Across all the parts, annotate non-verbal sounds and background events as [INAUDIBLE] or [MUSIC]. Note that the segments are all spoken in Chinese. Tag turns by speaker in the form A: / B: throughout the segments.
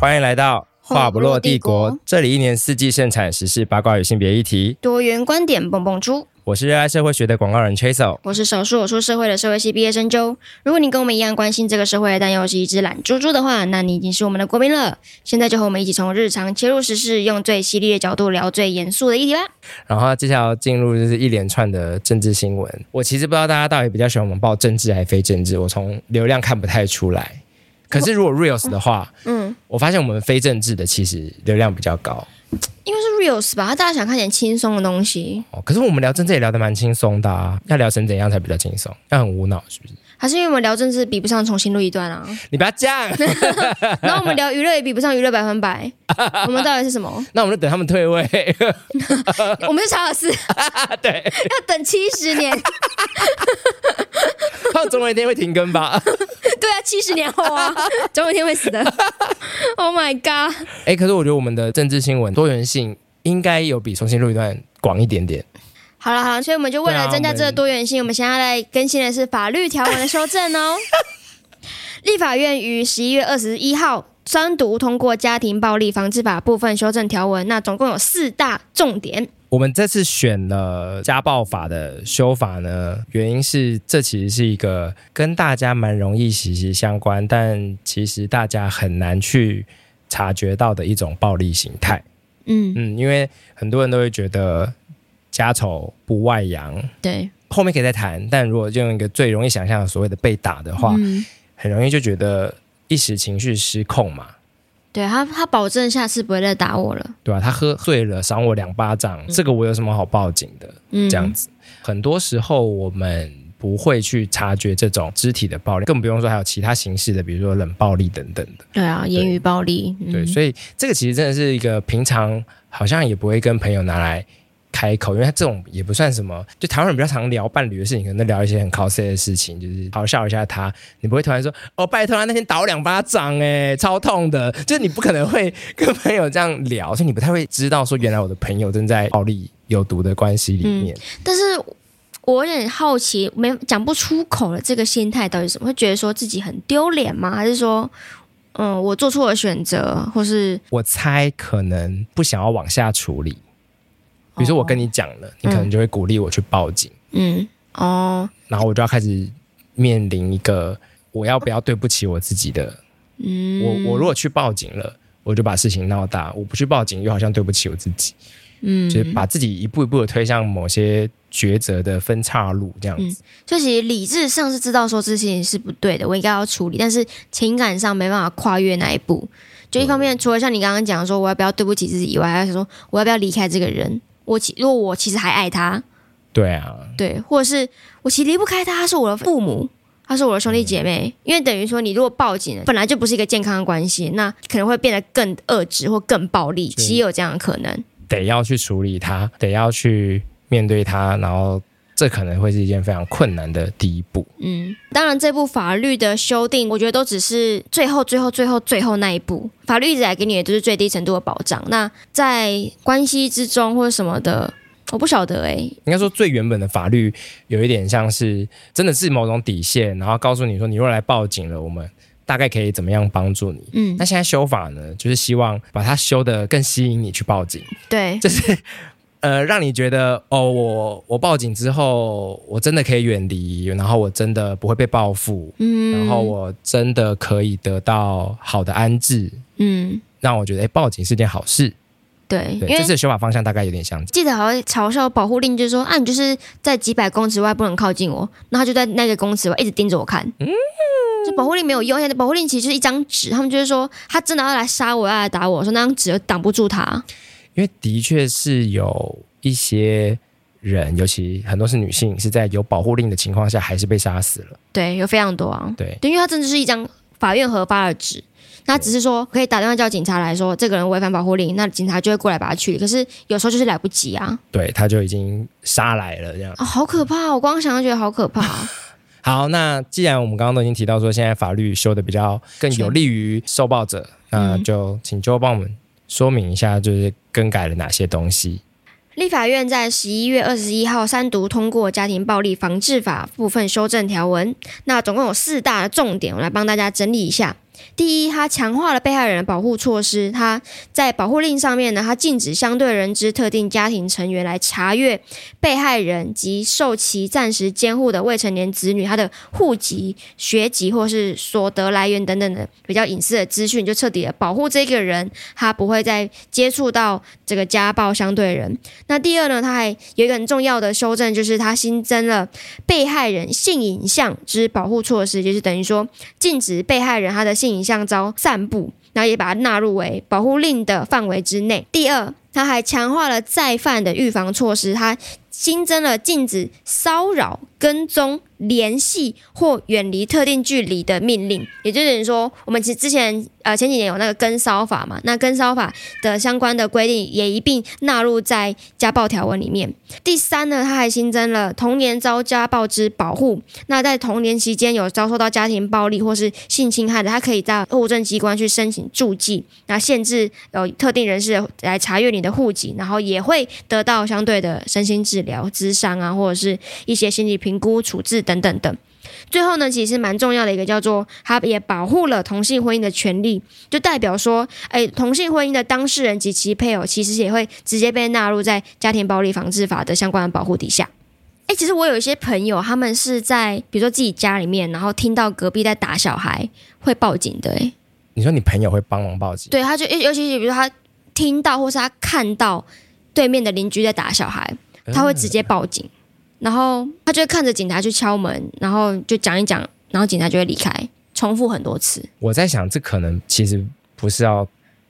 A: 欢迎来到
B: 话不落帝国
A: 这里一年四季盛产时事八卦与性别议题。
B: 多元观点蹦蹦出。
A: 我是热爱社会学的广告人 Chaseo。
B: 我是少数我出社会的社会系毕业生周。如果你跟我们一样关心这个社会，但又是一只懒猪猪的话，那你已经是我们的国民了。现在就和我们一起从日常切入时事，用最犀利的角度聊最严肃的议题吧。
A: 然后接下来要进入就是一连串的政治新闻。我其实不知道大家到底比较喜欢我们报政治还是非政治，我从流量看不太出来。可是如果 Reels 的话，
B: 嗯，
A: 我发现我们非政治的其实流量比较高
B: 因为是 reels 吧，大家想看点轻松的东西，
A: 哦。可是我们聊政治也聊得蛮轻松的啊，要聊成怎样才比较轻松？要很无脑是不是？
B: 还是因为我们聊政治比不上重新录一段 [LAUGHS] 啊？
A: 你不要这样，
B: 然后我们聊娱乐也比不上娱乐百分百，我们到底是什么？
A: 那我们就等他们退位。 [LAUGHS]
B: 我们是查尔斯，
A: 对，
B: [LAUGHS] 要等七十 [LAUGHS] 年。
A: 他们总有一天会停更吧？
B: 对啊，七十年后啊，总有一天会死的。Oh my god！
A: 哎、可是我觉得我们的政治新闻多元性应该有比重新录一段广一点点。
B: 好了好了，所以我们就为
A: 对啊
B: 了增加
A: 我
B: 这个
A: 们
B: 多元性，我们现在来更新的是法律条文的修
A: [LAUGHS]
B: 正哦。立法院于十一月二十一号三读通过《家庭暴力防治法》部分修正条文，那总共有四大重点。
A: 我们这次选了家暴法的修法呢，原因是这其实是一个跟大家蛮容易息息相关，但其实大家很难去察觉到的一种暴力形态。
B: 嗯，
A: 嗯，因为很多人都会觉得家丑不外扬，
B: 对，
A: 后面可以再谈。但如果用一个最容易想象的所谓的被打的话，
B: 嗯，
A: 很容易就觉得一时情绪失控嘛，
B: 对他他保证下次不会再打我了。
A: 对吧、他喝醉了，赏我两巴掌，这个我有什么好报警的？
B: 嗯，
A: 这样子，很多时候我们不会去察觉这种肢体的暴力，更不用说还有其他形式的，比如说冷暴力等等的。
B: 对啊，言语暴力，嗯、
A: 对，所以这个其实真的是一个平常好像也不会跟朋友拿来。开口，因为他这种也不算什么，就台湾人比较常聊伴侣的事情，可能聊一些很 cos 的事情，就是嘲笑一下他。你不会突然说：“哦，拜托他那天打我两巴掌、欸，超痛的。”就是你不可能会跟朋友这样聊，所以你不太会知道说，原来我的朋友正在暴力有毒的关系里面。
B: 但是我有点好奇，没讲不出口的这个心态到底是什么？会觉得说自己很丢脸吗？还是说，嗯，我做错了选择，或是
A: 我猜可能不想要往下处理。比如说我跟你讲了，你可能就会鼓励我去报警，
B: 嗯哦
A: 然后我就要开始面临一个我要不要对不起我自己的。
B: 嗯，
A: 我我如果去报警了，我就把事情闹大；我不去报警，又好像对不起我自己，
B: 嗯，
A: 就是把自己一步一步的推向某些抉择的分岔路这样子。
B: 就其实理智上是知道说这事情是不对的，我应该要处理，但是情感上没办法跨越那一步。就一方面，除了像你刚刚讲说我要不要对不起自己以外，还想说我要不要离开这个人。我其如果我其实还爱他，
A: 对啊，
B: 对，或者是我其实离不开他，他是我的父母，他是我的兄弟姐妹，
A: 嗯
B: 因为等于说你如果报警了，本来就不是一个健康的关系，那可能会变得更恶质或更暴力，
A: 对
B: 其实有这样的可能。
A: 得要去处理它，得要去面对它，然后这可能会是一件非常困难的第一步。
B: 嗯，当然这部法律的修订，我觉得都只是最后、最后、最后、最后那一步。法律一直来给你的就是最低程度的保障。那在关系之中或者什么的，我不晓得欸诶、
A: 应该说最原本的法律有一点像是真的是某种底线，然后告诉你说你若来报警了，我们大概可以怎么样帮助你。
B: 嗯
A: 那，现在修法呢，就是希望把它修得更吸引你去报警，
B: 对，
A: 就是呃让你觉得哦，我我报警之后，我真的可以远离，然后我真的不会被报复，
B: 嗯，
A: 然后，我真的可以得到好的安置，
B: 嗯，
A: 让我觉得哎、报警是件好事。
B: 对，
A: 对，这
B: 因为
A: 次的修法方向大概有点像
B: 记得好像嘲笑保护令，就是说啊，你就是在几百公尺外不能靠近我，然后他就在那个公尺外一直盯着我看。
A: 嗯
B: 就保护令没有用，现在保护令其实就是一张纸，他们就是说他真的要来杀我，要来打我，说那张纸又挡不住他。
A: 因为的确是有一些人，尤其很多是女性，是在有保护令的情况下，还是被杀死了。
B: 对，有非常多啊，
A: 对，
B: 对，因为他真的是一张法院核发的纸，那只是说可以打电话叫警察来说这个人违反保护令，那警察就会过来把他处理。可是有时候就是来不及啊，
A: 对，他就已经杀来了这样。
B: 啊、好可怕！我光想就觉得好可怕、
A: 好，那既然我们刚刚都已经提到说，现在法律修的比较更有利于受暴者，那就请就帮我们说明一下，就是更改了哪些东西。
B: 立法院在十一月二十一号三读通过《家庭暴力防治法》部分修正条文，那总共有四大重点，我来帮大家整理一下。第一，它强化了被害人的保护措施。它在保护令上面呢，它禁止相对人之特定家庭成员来查阅被害人及受其暂时监护的未成年子女他的户籍、学籍或是所得来源等等的比较隐私的资讯，就彻底的保护这个人，他不会再接触到这个家暴相对人。那第二呢，它还有一个很重要的修正，就是它新增了被害人性影像之保护措施，就是等于说禁止被害人他的性影像遭散布，然后也把它纳入为保护令的范围之内。第二，它还强化了再犯的预防措施，它新增了禁止骚扰、跟踪、联系或远离特定距离的命令，也就是等于说，我们其实之前呃前几年有那个跟骚法嘛，那跟骚法的相关的规定也一并纳入在家暴条文里面。第三呢，它还新增了童年遭家暴之保护，那在童年期间有遭受到家庭暴力或是性侵害的，他可以到户政机关去申请助记，那限制有特定人士来查阅你的户籍，然后也会得到相对的身心治疗、咨商啊，或者是一些心理评估、处置等等等。最后呢，其实蛮重要的一个叫做，它也保护了同性婚姻的权利，就代表说，哎，同性婚姻的当事人及其配偶其实也会直接被纳入在家庭暴力防治法的相关的保护底下。哎，其实我有一些朋友，他们是在比如说自己家里面，然后听到隔壁在打小孩，会报警的。哎，
A: 你说你朋友会帮忙报警？
B: 对，他就尤尤其是比如他听到或是他看到对面的邻居在打小孩，他会直接报警，然后他就会看着警察去敲门，然后就讲一讲，然后警察就会离开，重复很多次。
A: 嗯我在想，这可能其实不是要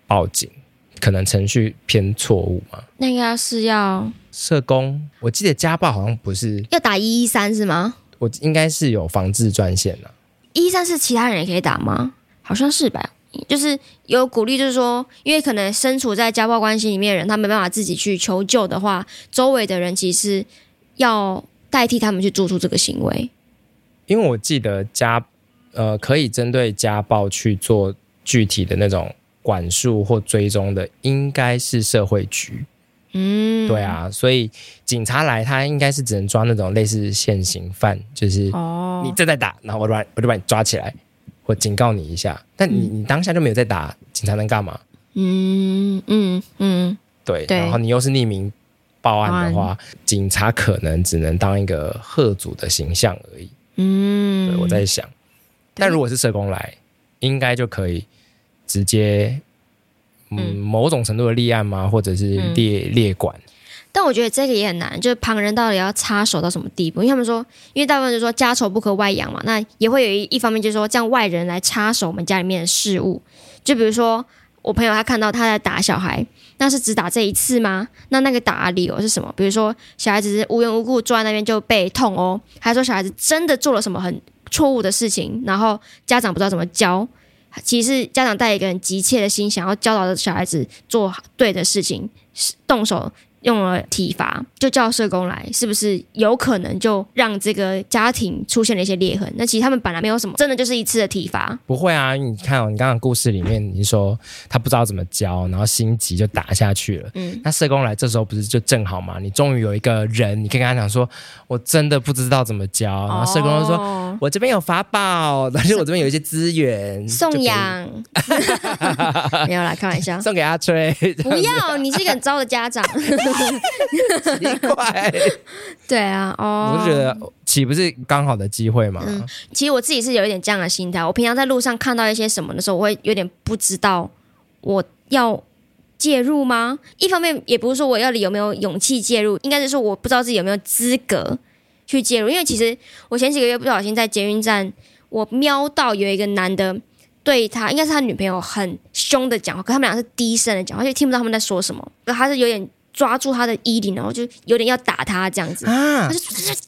A: 报警，可能程序偏错误嘛。
B: 那应该是要
A: 社工，我记得家暴好像不是，
B: 要打一一三是吗？
A: 我应该是有防治专线的、
B: 一一三是其他人也可以打吗？好像是吧。就是有鼓励，就是说，因为可能身处在家暴关系里面的人，他没办法自己去求救的话，周围的人其实要代替他们去做出这个行为。
A: 因为我记得家呃可以针对家暴去做具体的那种管束或追踪的，应该是社会局。
B: 嗯，
A: 对，啊，所以警察来，他应该是只能抓那种类似现行犯，就是
B: 哦，
A: 你正在打，然后我就把我就把你抓起来，我警告你一下。但你你当下就没有在打，警察能干嘛？
B: 嗯嗯嗯，
A: 对，
B: 对
A: 然后你又是匿名报案的
B: 报
A: 话，警察可能只能当一个贺主的形象而已。
B: 嗯，
A: 对，我在想，但如果是社工来，应该就可以直接。嗯，
B: 嗯
A: 某种程度的立案吗？或者是
B: 嗯
A: 列、列管？
B: 但我觉得这个也很难，就是旁人到底要插手到什么地步？因为他们说，因为大部分就说家丑不可外扬嘛，那也会有一一方面就是说，这样外人来插手我们家里面的事物，就比如说我朋友他看到他在打小孩，那是只打这一次吗？那那个打理由是什么？比如说小孩子是无缘无故坐在那边就被痛哦，还是说小孩子真的做了什么很错误的事情，然后家长不知道怎么教。其实是家长带一个很急切的心，想要教导小孩子做对的事情，是动手用了体罚，就叫社工来，是不是有可能就让这个家庭出现了一些裂痕？那其实他们本来没有什么，真的就是一次的体罚。
A: 不会啊，你看哦，你刚刚故事里面你说他不知道怎么教，然后心急就打下去了。
B: 嗯，
A: 那社工来这时候不是就正好嘛？你终于有一个人，你可以跟他讲说，我真的不知道怎么教。然后哦社工就说，
B: 说
A: 我这边有法宝，但是我这边有一些资源，嗯就
B: 送
A: 给
B: 养， [LAUGHS] 没有啦，开
A: [LAUGHS]
B: 玩笑。
A: 送给阿
B: [LAUGHS]
A: 吹，
B: 不要，你是一个很糟的
A: [LAUGHS]
B: 家长。
A: 奇怪，
B: 对啊，哦，
A: 我就觉得岂不是刚好的机会嘛？
B: 嗯其实我自己是有一点这样的心态。我平常在路上看到一些什么的时候，我会有点不知道我要介入吗？一方面也不是说我到底有没有勇气介入，应该是说我不知道自己有没有资格去介入。因为其实我前几个月不小心在捷运站，我瞄到有一个男的。对他，应该是他女朋友很凶的讲话，可他们俩是低声的讲话，就听不到他们在说什么。可他是有点抓住他的衣领，然后就有点要打他这样子。
A: 啊
B: 他，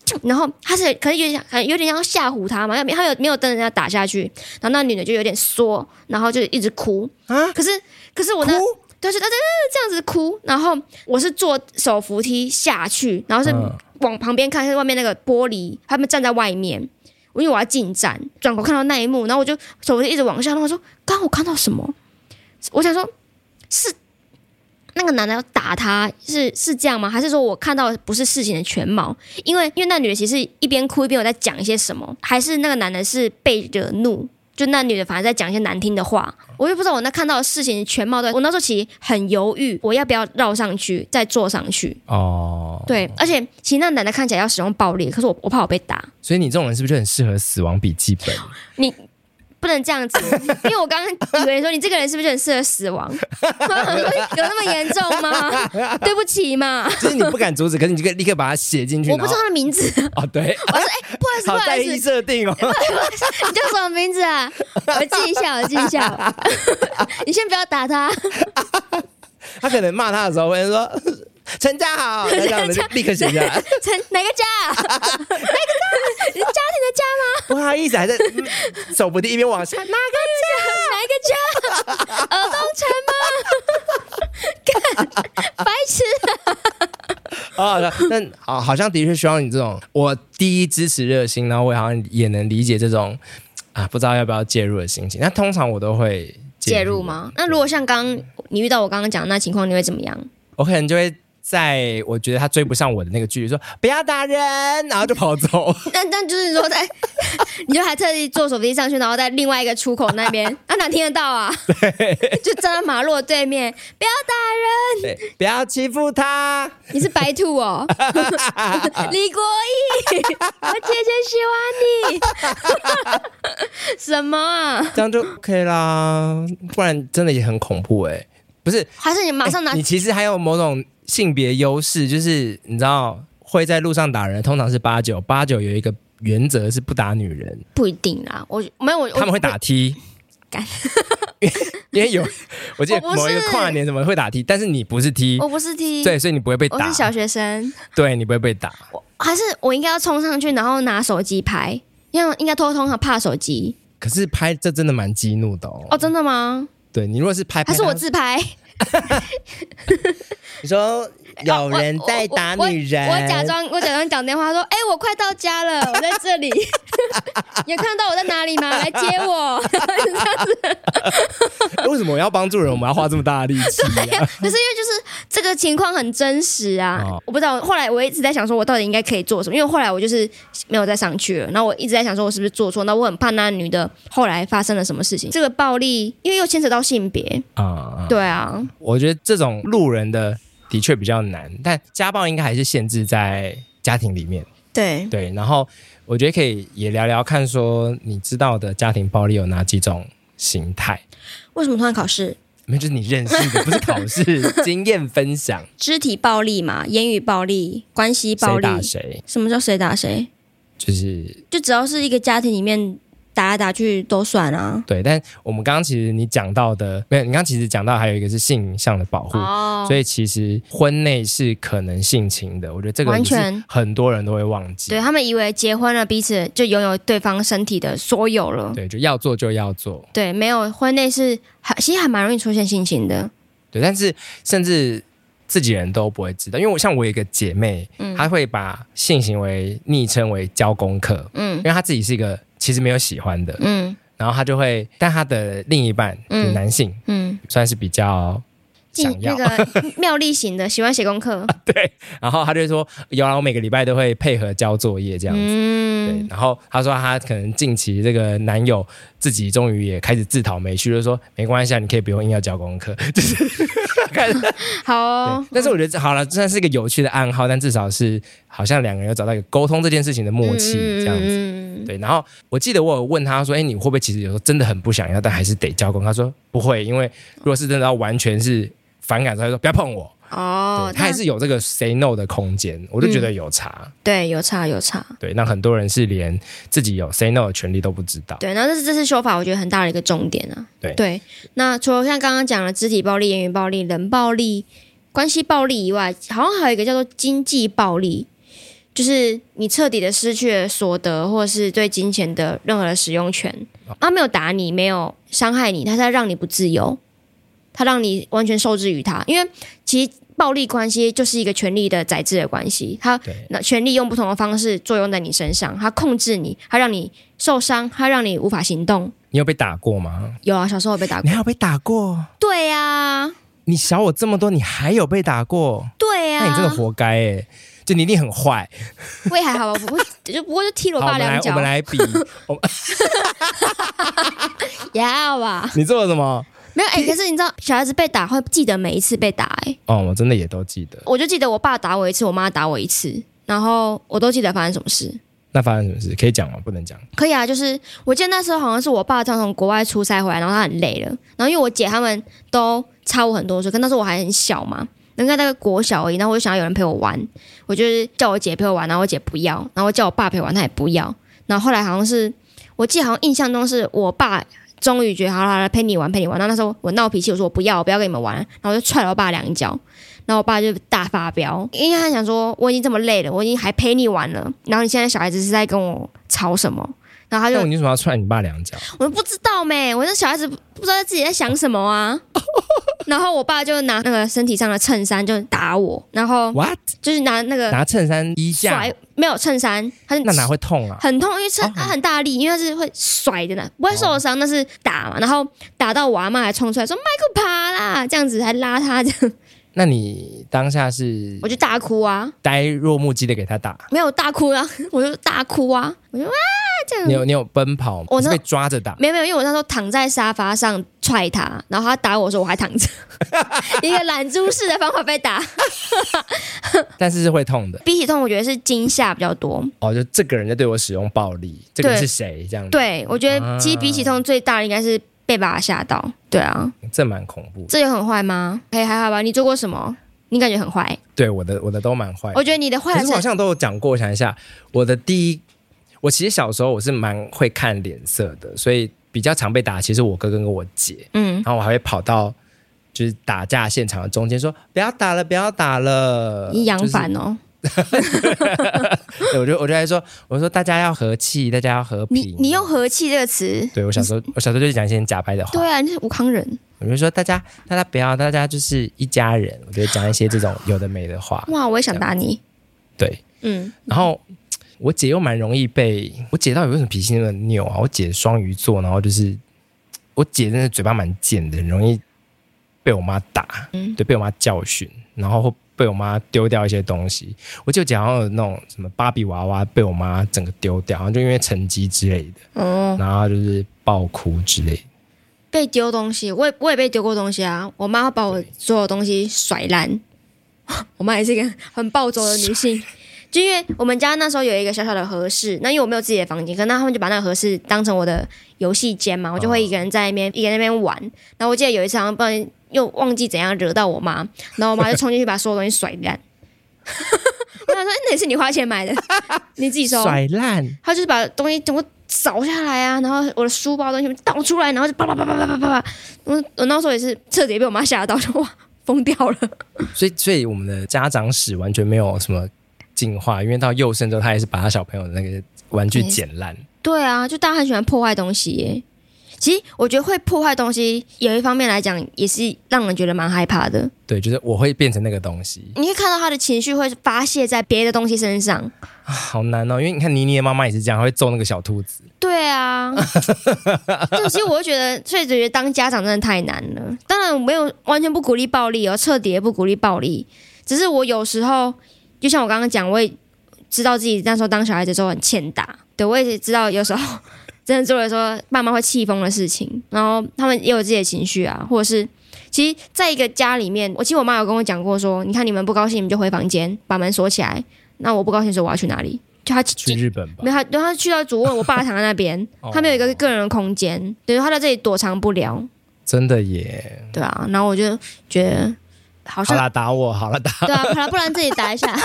B: 就然后他是可能有点想，可能有点想要吓唬他嘛，要没他没有没有跟人家打下去，然后那女的就有点缩，然后就一直哭
A: 啊
B: 可是可是我
A: 哭
B: 呢，对，就她就呃这样子哭，然后我是坐手扶梯下去，然后是
A: 嗯
B: 往旁边看，是外面那个玻璃，他们站在外面。因为我要进站，转头看到那一幕，然后我就手就一直往下，然后我说：“刚刚我看到什么？”我想说，是那个男的要打他，是是这样吗？还是说我看到的不是事情的全貌？因为因为那女的其实一边哭一边有在讲一些什么，还是那个男的是被惹怒，就那女的反而在讲一些难听的话，我就不知道我那看到的事情全貌对。我那时候其实很犹豫，我要不要绕上去再坐上去？
A: 哦，
B: 对，而且其实那男的看起来要使用暴力，可是我我怕我被打，
A: 所以你这种人是不是就很适合死亡笔记
B: [LAUGHS]
A: 本？
B: 你不能这样子，因为我刚刚以为说你这个人是不是很适合死
A: [LAUGHS]
B: 亡？我想说有那么严重吗？对不起嘛，
A: 就是你不敢阻止，可是你就可以立刻把它写进去。
B: 我不知道
A: 然后
B: 他的名
A: [LAUGHS]
B: 字，
A: 哦，对，
B: 不好意思，不
A: 好
B: 好
A: 在
B: 意思
A: 意，设定哦。
B: [LAUGHS] 你叫什么名字啊？我记一下，我记一下。 [LAUGHS] 你先不要打他，
A: 他可能骂他的时候会说：“陈家
B: [LAUGHS]
A: 好。”那这样子立刻写下来。
B: 陈哪个家啊？哪个家？你家庭的家吗？
A: 不好意思，还在嗯手不定一边往下。
B: 哪个家？哪个家？尔东城吗？干，白痴！
A: 哦，那那好，好像的确需要你这种，我第一支持热心，然后我好像也能理解这种啊，不知道要不要介入的心情。那通常我都会
B: 介
A: 入
B: 入？吗？那如果像刚刚你遇到我刚刚讲的那情况，你会怎么样？
A: 我可能就会在我觉得他追不上我的那个距离，说不要打人，然后就跑走。
B: [LAUGHS] 那那就是说在，你就还特地坐手扶梯上去，然后在另外一个出口那边，啊哪听得到啊？就站在马路的对面，不要打人。
A: 对，不要欺负他。
B: 你是白兔 [LAUGHS] 哦，李国义，我姐姐喜欢你， [LAUGHS] 什么啊？
A: 这样就 OK 啦，不然真的也很恐怖哎、不是，
B: 还是你马上拿？
A: 哎你其实还有某种性别优势，就是你知道会在路上打人，通常是八九八九有一个原则是不打女人，
B: 不一定啦，我没有我
A: 他们会打，踢
B: 干。
A: [LAUGHS] 因为有，我记得
B: 我不是
A: 某一个跨年什么会打踢，但是你不是踢
B: 我，我不是 T，
A: 对，所以你不会被
B: 我
A: 打
B: 是，小学生，
A: 对你不会被打。
B: 我还是我应该要冲上去，然后拿手机拍，因为应该偷偷常怕手机
A: 可是拍这真的蛮激怒的哦。
B: 哦，真的吗？
A: 对你如果是拍，
B: 还是
A: 拍
B: 我
A: 他
B: 自拍？
A: 你说有人在打女人，
B: 我我我我假装我假装讲电话说，哎、我快到家了，我在这里， [LAUGHS] 有看到我在哪里吗？来接我。
A: 为什么我要帮助人？我们要花这么大的力气、啊？
B: 可是因为就是这个情况很真实啊，
A: 哦
B: 我不知道。后来我一直在想，说我到底应该可以做什么？因为后来我就是没有再上去了，然后我一直在想，说我是不是做错？那我很怕那女的后来发生了什么事情。这个暴力，因为又牵扯到性别，
A: 啊、
B: 对啊，
A: 我觉得这种路人的的确比较难，但家暴应该还是限制在家庭里面。
B: 对，
A: 对，然后我觉得可以也聊聊看，说你知道的家庭暴力有哪几种形态？
B: 为什么突然考试？
A: 没有，就是你认识的，不是考试经验分享，
B: 肢体暴力嘛，言语暴力，关系暴
A: 谁
B: 力，
A: 打谁，
B: 什么叫谁打谁？
A: 就是
B: 就只要是一个家庭里面打来打去都算啊。
A: 对。但我们刚刚其实你讲到的，没有，你刚刚其实讲到还有一个是性向的保护，
B: 哦
A: 所以其实婚内是可能性侵的，我觉得这个
B: 完
A: 也是
B: 全
A: 很多人都会忘记。
B: 对他们以为结婚了，彼此就拥有对方身体的所有了。
A: 对，就要做就要做。
B: 对，没有婚内是还其实还蛮容易出现性侵的。
A: 对，但是甚至自己人都不会知道，因为我像我有一个姐妹，
B: 嗯
A: 她会把性行为昵称为交功课，
B: 嗯
A: 因为她自己是一个其实没有喜欢的，
B: 嗯
A: 然后她就会，但她的另一半
B: 嗯
A: 男性、
B: 嗯，
A: 算是比较想
B: 进
A: 要，[LAUGHS]
B: 那个妙丽型的喜欢写功课，
A: 然后她就会说，有啊啦，我每个礼拜都会配合交作 [LAUGHS] 业这样子。对
B: 嗯，，
A: 然后她说她可能近期这个男友自己终于也开始自讨没趣，就说没关系，啊，你可以不用硬要交功课，就是开始
B: 好哦
A: 对，，但是我觉得这好了，虽然是一个有趣的暗号，但至少是好像两个人有找到一个沟通这件事情的默契这样
B: 嗯
A: 子。
B: 子，
A: 对，然后我记得我有问他说：“哎，你会不会其实有时候真的很不想要，但还是得交工？”他说：“不会，因为如果是真的要完全是反感，他就说不要碰我。
B: 哦
A: 对，他还是有这个 say no 的空间，我就觉得有差。
B: 那对有差有差，
A: 对，那很多人是连自己有 say no 的权利都不知道。
B: 对，然后这是这次修法，我觉得很大的一个重点啊。
A: 对
B: 那除了像刚刚讲的肢体暴力、言语暴力、冷暴力、关系暴力以外，好像还有一个叫做经济暴力，就是你彻底的失去了所得，或者是对金钱的任何的使用权。
A: 哦
B: 他没有打你，没有伤害你，他是在让你不自由，他让你完全受制于他。因为其实暴力关系就是一个权力的宰制的关系，他
A: 对
B: 那权力用不同的方式作用在你身上，它控制你，它让你受伤，它让你无法行动。
A: 你有被打过吗？
B: 有啊，小时候有被打
A: 你
B: 过。
A: 还有被打过？
B: 对呀、啊，
A: 你小我这么多，你还有被打过？
B: 对呀、啊
A: 那你真的活该哎、就你一定很坏。
B: 我也还好吧，我不 [LAUGHS] 会，就不过就踢了我
A: 好，我
B: 爸
A: 们来
B: 两
A: 我
B: 脚
A: 们，来
B: [LAUGHS]
A: 比，
B: 也还好吧。
A: 你做了什么？
B: 没有哎、可是你知道，小孩子被打会记得每一次被打哎、
A: 哦，我真的也都记得。
B: 我就记得我爸打我一次，我妈打我一次，然后我都记得发生什么事。
A: 那发生什么事？可以讲吗？不能讲。
B: 可以啊，就是我记得那时候好像是我爸刚从国外出差回来，然后他很累了，然后因为我姐他们都差我很多岁，可那时候我还很小嘛，应该大概国小而已，然后我就想要有人陪我玩，我就是叫我姐陪我玩，然后我姐不要，然后我叫我爸陪我玩，他也不要，然后后来好像是我记得好像印象中是我爸。终于觉得好了，好了陪你玩，陪你玩。然后那时候我闹脾气，我说我不要，我不要跟你们玩。然后我就踹了我爸两脚，然后我爸就大发飙，因为他想说我已经这么累了，我已经还陪你玩了，然后你现在小孩子是在跟我吵什么？然后他就
A: 那你为什么要踹你爸两脚？
B: 我不知道没，我这小孩子不知道自己在想什
A: [LAUGHS]
B: 么啊。然后我爸就拿那个身体上的衬衫就打我，然后
A: What？
B: 就是拿那个
A: 拿衬衫衣架
B: 甩，，没有衬衫，他就
A: 那哪会痛啊？
B: 很痛，因为
A: 哦
B: 衬他很大力，因为他是会甩的呢，不会受伤，那是打嘛。然后打到我阿妈还冲出来说 Michael 爬啦，啊这样子还拉他，这样
A: 那你当下是
B: 我就大哭啊，
A: 呆若木鸡的给他打？
B: 没有大哭啊，我就大哭啊，我就啊这样
A: 你。有你有奔跑吗？
B: 我
A: 你是
B: 那
A: 被抓着打，
B: 没有没有，因为我那时候躺在沙发上踹他，然后他打我的时候我还 [LAUGHS] 躺着，一个懒猪式的方法被 [LAUGHS] 打。
A: 但是是会痛的。
B: 比起痛，我觉得是惊吓比较多。
A: 哦，就这个人在对我使用暴力，这个人
B: 对
A: 是谁？这样子，
B: 对，我
A: 啊
B: 觉得其实比起痛最大的应该是被爸爸吓到。对啊，
A: 这蛮恐怖的。
B: 这有很坏吗？可以还好吧？你做过什么？你感觉很坏？
A: 对，我的我的都蛮坏的。
B: 我觉得你的坏
A: 哎可
B: 的
A: 是我好
B: 是
A: 像都有讲过，我想一下，我的第一，我其实小时候我是蛮会看脸色的，所以比较常被打。其实我哥跟我姐，
B: 嗯，
A: 然后我还会跑到就是打架现场的中间说不要打了，不要打了，
B: 你养
A: 就是
B: 反哦。
A: 对我就我就在说，我说大家要和气，大家要和
B: 你
A: 平。
B: 你用和气这个词，
A: 对我小时候，我小时候就讲一些很假掰的话，
B: 对啊，你是武康人
A: 我就说大家大家不要，大家就是一家人，我就讲一些这种有的没的话，
B: 哇！我也想打你。
A: 对。
B: 嗯，
A: 然后我姐又蛮容易被我姐到底为什么脾气那么拗啊？我姐双鱼座，然后就是我姐真的嘴巴蛮贱的，很容易被我妈打，
B: 嗯
A: 对，被我妈教训，然后会被我妈丢掉一些东西。我就姐好像有那种什么芭比娃娃被我妈整个丢掉，好像就因为成绩之类的，
B: 哦，
A: 然后就是爆哭之类的。
B: 被丢东西，我也我也被丢过东西啊！我妈把我所有东西甩烂， [LAUGHS] 我妈也是一个很暴走的女性。就因为我们家那时候有一个小小的和室，那因为我没有自己的房间，可那他们就把那个和室当成我的游戏间嘛，我就会一个人在那边、一个人在那边玩。然后我记得有一次好像不然又忘记怎样惹到我妈，然后我妈就冲进去把所有东西甩烂。 [LAUGHS] 我想说，哎那也是你花钱买的，你自己收。
A: 甩烂，
B: 他就是把东西整个扫下来啊，然后我的书包东西全部倒出来，然后就叭叭叭叭叭叭叭叭。我我那时候也是彻底被我妈吓到，就哇疯掉了。
A: 所以所以我们的家长史完全没有什么进化，因为到幼生之后，他也是把他小朋友的那个玩具
B: 嗯
A: 剪烂。
B: 对啊，就大家很喜欢破坏东西耶。其实我觉得会破坏东西，有一方面来讲也是让人觉得蛮害怕的。
A: 对，就是我会变成那个东西，
B: 你会看到他的情绪会发泄在别的东西身上。
A: 好难哦。因为你看妮妮的妈妈也是这样，她会揍那个小兔子。
B: 对 [LAUGHS] 啊，就其实我会觉得，所以觉得当家长真的太难了。当然，我没有完全不鼓励暴力哦，彻底也不鼓励暴力。只是我有时候，就像我刚刚讲，我也知道自己那时候当小孩子的时候很欠打，对我也知道有时候 [LAUGHS] 真的做了说爸妈会气疯的事情，然后他们也有自己的情绪啊，或者是。其实，在一个家里面，我其实我妈有跟我讲过说，你看你们不高兴，你们就回房间，把门锁起来。那我不高兴的时候，我要去哪里？就她
A: 去日本吧
B: 没，有他，然后他去到主卧，我爸躺在那边
A: [LAUGHS] 哦，
B: 他没有一个个人的空间，对，他在这里躲藏不了，
A: 真的耶。
B: 对啊，然后我就觉得好
A: 嗯好
B: 像
A: 啦，打我，好啦，打
B: 对啊，好了，不然自己打一
A: [LAUGHS]
B: 下，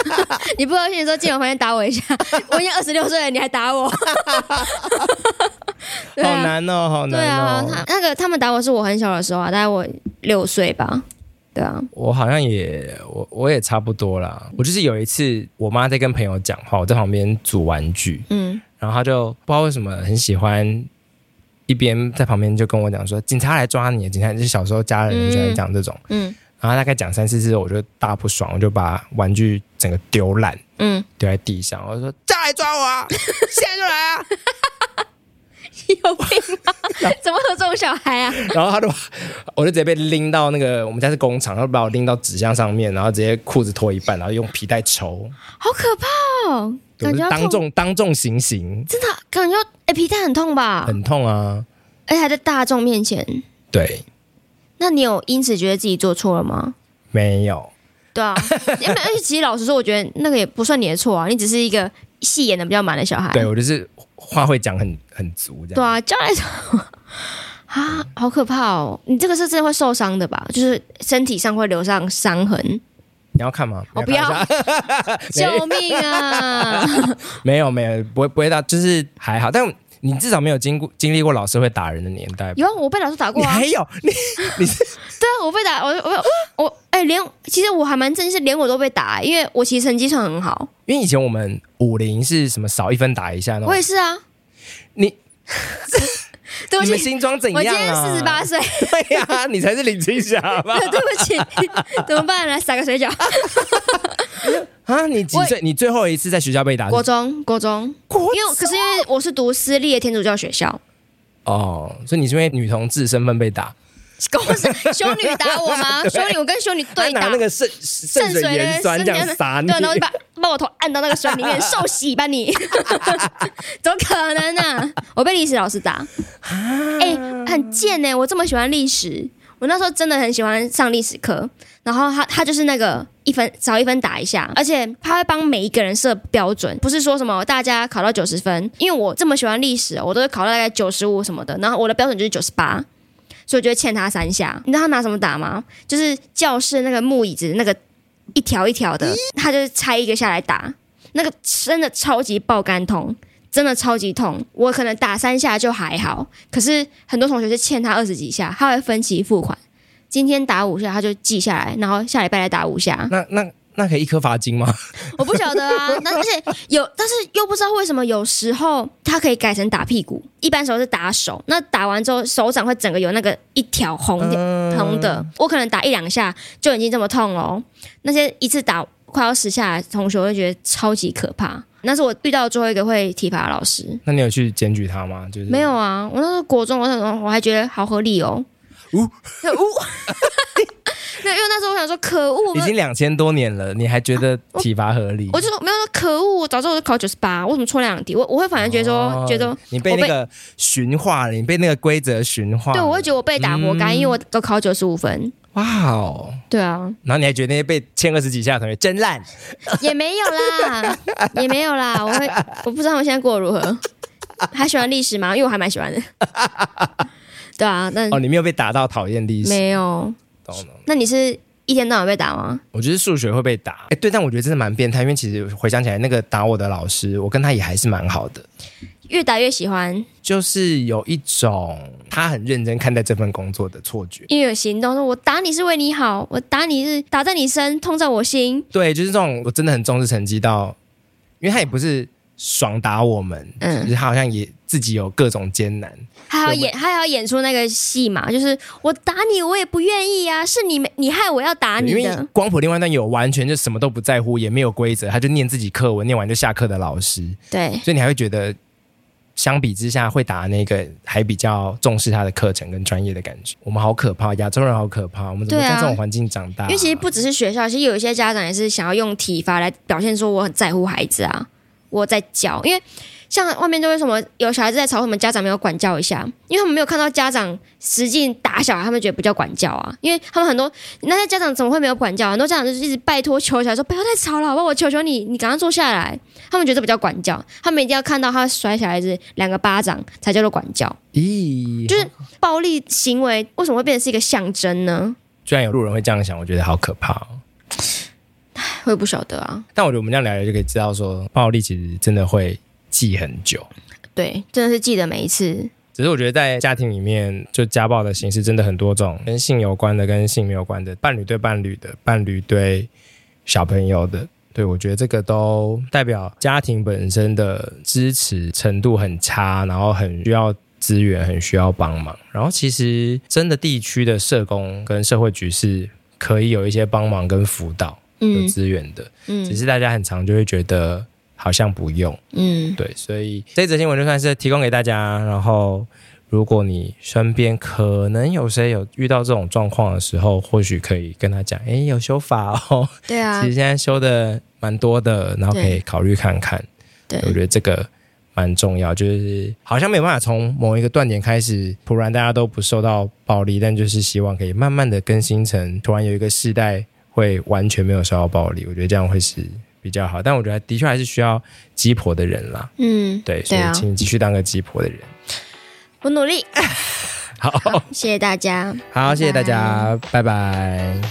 B: 你不高兴的时候进我房间打我一下，我已经二十六岁了，你还
A: [LAUGHS]
B: 打我，
A: 我，
B: 对
A: 好
B: 啊，
A: 难哦，好
B: 对啊
A: 难，
B: 他
A: 哦。
B: 那个他们打我是我很小的时候啊，大概我六岁吧，对啊，
A: 我好像也，我我也差不多啦。我就是有一次，我妈在跟朋友讲话，我在旁边组玩具，
B: 嗯，
A: 然后她就不知道为什么很喜欢。一边在旁边就跟我讲说，警察来抓你了，警察就是小时候家人很喜欢讲这种，
B: 嗯
A: 然后大概讲三四次之后，我就大不爽，我就把玩具整个丢烂，
B: 嗯，
A: [LAUGHS] 丢在地上，我就说再来抓我啊，现在就来啊！
B: [LAUGHS] 有病吗？ [LAUGHS] 怎么会有这种小孩啊？
A: 然后他就，我就直接被拎到那个我们家是工厂，他把我拎到纸箱上面，然后直接裤子脱一半，然后用皮带抽，
B: 好可怕哦！
A: 对我
B: 感觉
A: 就
B: 要
A: 当
B: 痛，
A: 众当众行刑，
B: 真的感觉要哎皮带很痛吧？
A: 很痛啊。
B: 而且还在大众面前。
A: 对，
B: 那你有因此觉得自己做错了吗？
A: 没有，[LAUGHS]
B: 对啊，因为而且其实老实说，我觉得那个也不算你的错啊，你只是一个戏演的比较满的小孩。
A: 对我就是话会讲很很足这
B: 哎对
A: 样。
B: 啊，教练啊，好可怕哦！你这个是真的会受伤的吧？就是身体上会留上伤痕。
A: 你要看吗？
B: 我
A: 你
B: 不要
A: 看一下，
B: [LAUGHS] 救命啊！
A: 没有没有，不会不会到，就是还好，但你至少没有经过经历过老师会打人的年代吧。
B: 有啊，我被老师打
A: 你
B: 过啊。
A: 还有 [LAUGHS] 你
B: 对啊，我被打，我我我哎、连其实我还蛮震惊，是连我都被打、因为我其实成绩算很好。
A: 因为以前我们武林是什么少一分打一下那
B: 我也
A: 种，
B: 是啊。
A: 你
B: 对不
A: 你们
B: 起，
A: 新装怎
B: 我
A: 样
B: 今天
A: 啊？
B: 四十八岁，
A: 对呀、你才是林青霞吧？
B: [LAUGHS] 对不起，怎么办？来撒个水饺。
A: 啊，你几岁？你最后一次在学校被打是？
B: 国中，国中，
A: 国
B: 因为可是因为我是读私立的天主教学校，
A: 哦，所以你是因为女同志身份被打，
B: 公是 [LAUGHS] 修女打
A: [LAUGHS]
B: 我吗？修女，我跟修女对
A: 他拿
B: 打
A: 那。个肾肾
B: 圣
A: 水
B: 水
A: 盐
B: 的
A: 酸这样
B: 圣
A: 撒你
B: 对，，然后就把把我头按到那个水里面受洗吧你， [LAUGHS] 怎么可能呢、我被历史老师打，
A: 啊
B: 哎、很贱呢、我这么喜欢历史，我那时候真的很喜欢上历史课，然后他他就是那个一分少一分打一下，而且他会帮每一个人设标准，不是说什么大家考到九十分，因为我这么喜欢历史，我都是考到大概九十五什么的，然后我的标准就是九十八。所以我就会欠他三下，你知道他拿什么打吗？就是教室那个木椅子那个一条一条的，他就是拆一个下来打，那个真的超级爆肝痛，真的超级痛。我可能打三下就还好，可是很多同学是欠他二十几下，他会分期付款。今天打五下，他就记下来，然后下礼拜来打五下。
A: 那那那可以一颗罚金吗？
B: 我不晓得啊，但而且有，但是又不知道为什么有时候他可以改成打屁股，一般时候是打手。那打完之后，手掌会整个有那个一条红点
A: 嗯
B: 疼的，我可能打一两下就已经这么痛了哦。那些一次打快要十下的同学，我会觉得超级可怕。那是我遇到的最后一个会体罚的老师。
A: 那你有去检举他吗？就是
B: 没有，啊，我那时候国中，我那时候我还觉得好合理哦。
A: 呜
B: 呜，那 [LAUGHS] 因为那时候我想说，可恶，
A: 已经两千多年了，你还觉得体罚合理？
B: 我就说没有，那可恶，我早知道我就考九十八，我怎么错两题？我我会反而觉得说，
A: 哦
B: 觉得
A: 你被那个驯化了，你被那个规则驯化了。
B: 对我会觉得我被打活
A: 嗯
B: 该，因为我都考九十五分。
A: 哇哦！
B: 对啊，
A: 然后你还觉得那些被欠二十几下的同学真烂， [LAUGHS]
B: 也没有啦，也没有啦，我会我不知道他们现在过得如何，还喜欢历史吗？因为我还蛮喜
A: [LAUGHS]
B: 欢的。对啊，那
A: 哦，你没有被打到讨厌历史，
B: 没有，
A: 懂懂。
B: 那你是一天到晚被打吗？
A: 我觉得数学会被打，哎，对，但我觉得真的蛮变态，因为其实回想起来，那个打我的老师，我跟他也还是蛮好的，
B: 越打越喜欢，
A: 就是有一种他很认真看待这份工作的错觉。
B: 因为有行动，说我打你是为你好，我打你是打在你身，痛在我心。
A: 对，就是这种，我真的很重视成绩到，因为他也不是爽打我们，
B: 嗯
A: 就是他好像也自己有各种艰难，
B: 还要
A: 对我
B: 演，还要演出那个戏嘛，就是我打你，我也不愿意啊，是你们你害我要打啊你
A: 因为
B: 的，
A: 光谱另外一段有完全就什么都不在乎，也没有规则，他就念自己课文，念完就下课的老师，
B: 对，
A: 所以你还会觉得，相比之下会打那个还比较重视他的课程跟专业的感觉。我们好可怕，亚洲人好可怕，我们怎么
B: 对
A: 在
B: 啊
A: 这种环境长大、
B: 因为其实不只是学校，其实有一些家长也是想要用体罚来表现说我很在乎孩子啊，我在教，因为像外面都为什么有小孩子在吵什么家长没有管教一下，因为他们没有看到家长实际打小孩，他们觉得不叫管教啊，因为他们很多那些家长怎么会没有管教、啊？很多家长就是一直拜托求小孩说不要再吵了，好不好？我求求你，你赶快坐下来。他们觉得这不叫管教，他们一定要看到他甩小孩子两个巴掌才叫做管教。
A: 咦，
B: 就是暴力行为为什么会变成是一个象征呢？
A: 居然有路人会这样想，我觉得好可怕、哦。
B: 我也不晓得啊。
A: 但我觉得我们这样聊聊就可以知道说暴力其实真的会记很久。
B: 对，真的是记得每一次。
A: 只是我觉得在家庭里面，就家暴的形式真的很多种，跟性有关的，跟性没有关的，伴侣对伴侣的，伴侣对小朋友的。对，我觉得这个都代表家庭本身的支持程度很差，然后很需要资源，很需要帮忙。然后其实真的地区的社工跟社会局是可以有一些帮忙跟辅导的
B: 嗯
A: 资源的，只
B: 嗯，
A: 是大家很常就会觉得，好像不用。
B: 嗯，
A: 对，所以这则新闻就算是提供给大家。然后，如果你身边可能有谁有遇到这种状况的时候，或许可以跟他讲，诶，有修法哦，
B: 对啊
A: 其，实现在修的蛮多的，然后可以
B: 对
A: 考虑看看。
B: 对
A: 我觉得这个蛮重要，就是好像没有办法从某一个断点开始，突然大家都不受到暴力，但就是希望可以慢慢的更新成，突然有一个世代会完全没有受到暴力，我觉得这样会是比较好。但我觉得的确还是需要鸡婆的人啦，
B: 嗯，
A: 对，所
B: 对
A: 以
B: 啊，
A: 请你继续当个鸡婆的人。
B: 我努力，
A: 好，
B: 谢谢大家。
A: 好，谢谢大家，拜拜